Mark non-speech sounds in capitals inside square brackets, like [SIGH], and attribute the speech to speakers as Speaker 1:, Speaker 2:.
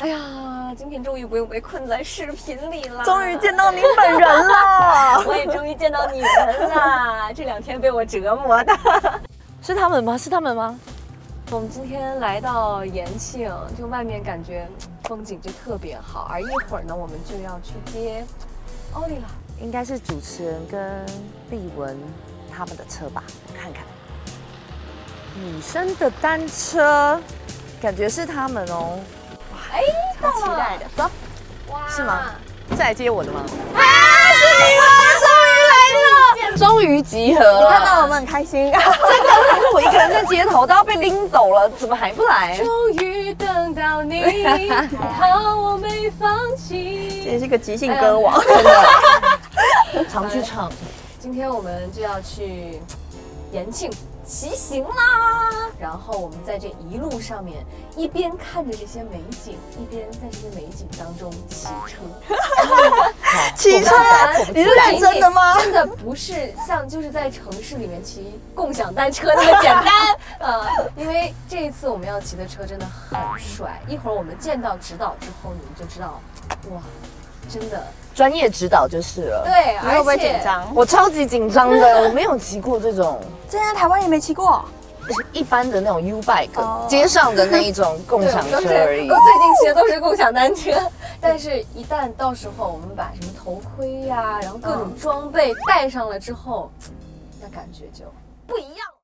Speaker 1: 哎呀，今天终于不用被困在视频里了，
Speaker 2: 终于见到您本人了
Speaker 1: [LAUGHS] ，我也终于见到你们
Speaker 2: [LAUGHS]
Speaker 1: 啦！这两天被我折磨的。
Speaker 2: 是他们吗？是他们吗？
Speaker 1: 我们今天来到延庆，就外面感觉风景就特别好，而一会儿呢，我们就要去接欧丽了。
Speaker 2: 应该是主持人跟丽文他们的车吧，看看。女生的单车，感觉是他们哦，
Speaker 1: 哎，
Speaker 2: 超期待的。啊走，
Speaker 1: 哇
Speaker 2: 是吗？再来接我的吗？
Speaker 1: 终于集合了，
Speaker 2: 看到我们很开心，真的，还是我一个人在街头都要被拎走了，怎么还不来？
Speaker 1: 终于等到
Speaker 2: [LAUGHS]
Speaker 1: 你，好，我没放弃。
Speaker 2: 也是个即兴
Speaker 1: 歌王，
Speaker 2: 真的。常去唱，
Speaker 1: 今天我们就要去延庆骑行啦，然后我们在这一路上面一边看着这些美景，一边在这些美景当中骑车。
Speaker 2: 骑车啊
Speaker 1: 你是认
Speaker 2: 真的吗
Speaker 1: 真的不是像就是在城市里面骑共享单车那么简单，呃，因为这一次我们要骑的车真的很帅，一会儿我们见到指导之后，你们就知道，哇，真的
Speaker 2: 专业指导就是了。
Speaker 1: 对，
Speaker 3: 你会
Speaker 1: 而
Speaker 3: 不会
Speaker 1: 且
Speaker 3: 紧张？
Speaker 2: 我超级紧张的， [LAUGHS] 我没有骑过这种
Speaker 3: 之前在台湾也没骑过，
Speaker 2: 一般的那种 U bike，、
Speaker 3: 哦
Speaker 2: 街上的那一种共
Speaker 1: 对，我
Speaker 2: 享
Speaker 1: 们
Speaker 2: 车
Speaker 1: 都是
Speaker 2: 而已
Speaker 1: 都。最近骑的都是共享单车，但是一旦到时候我们把什么头盔呀、然后各种装备戴上了之后，那感觉就不一样了。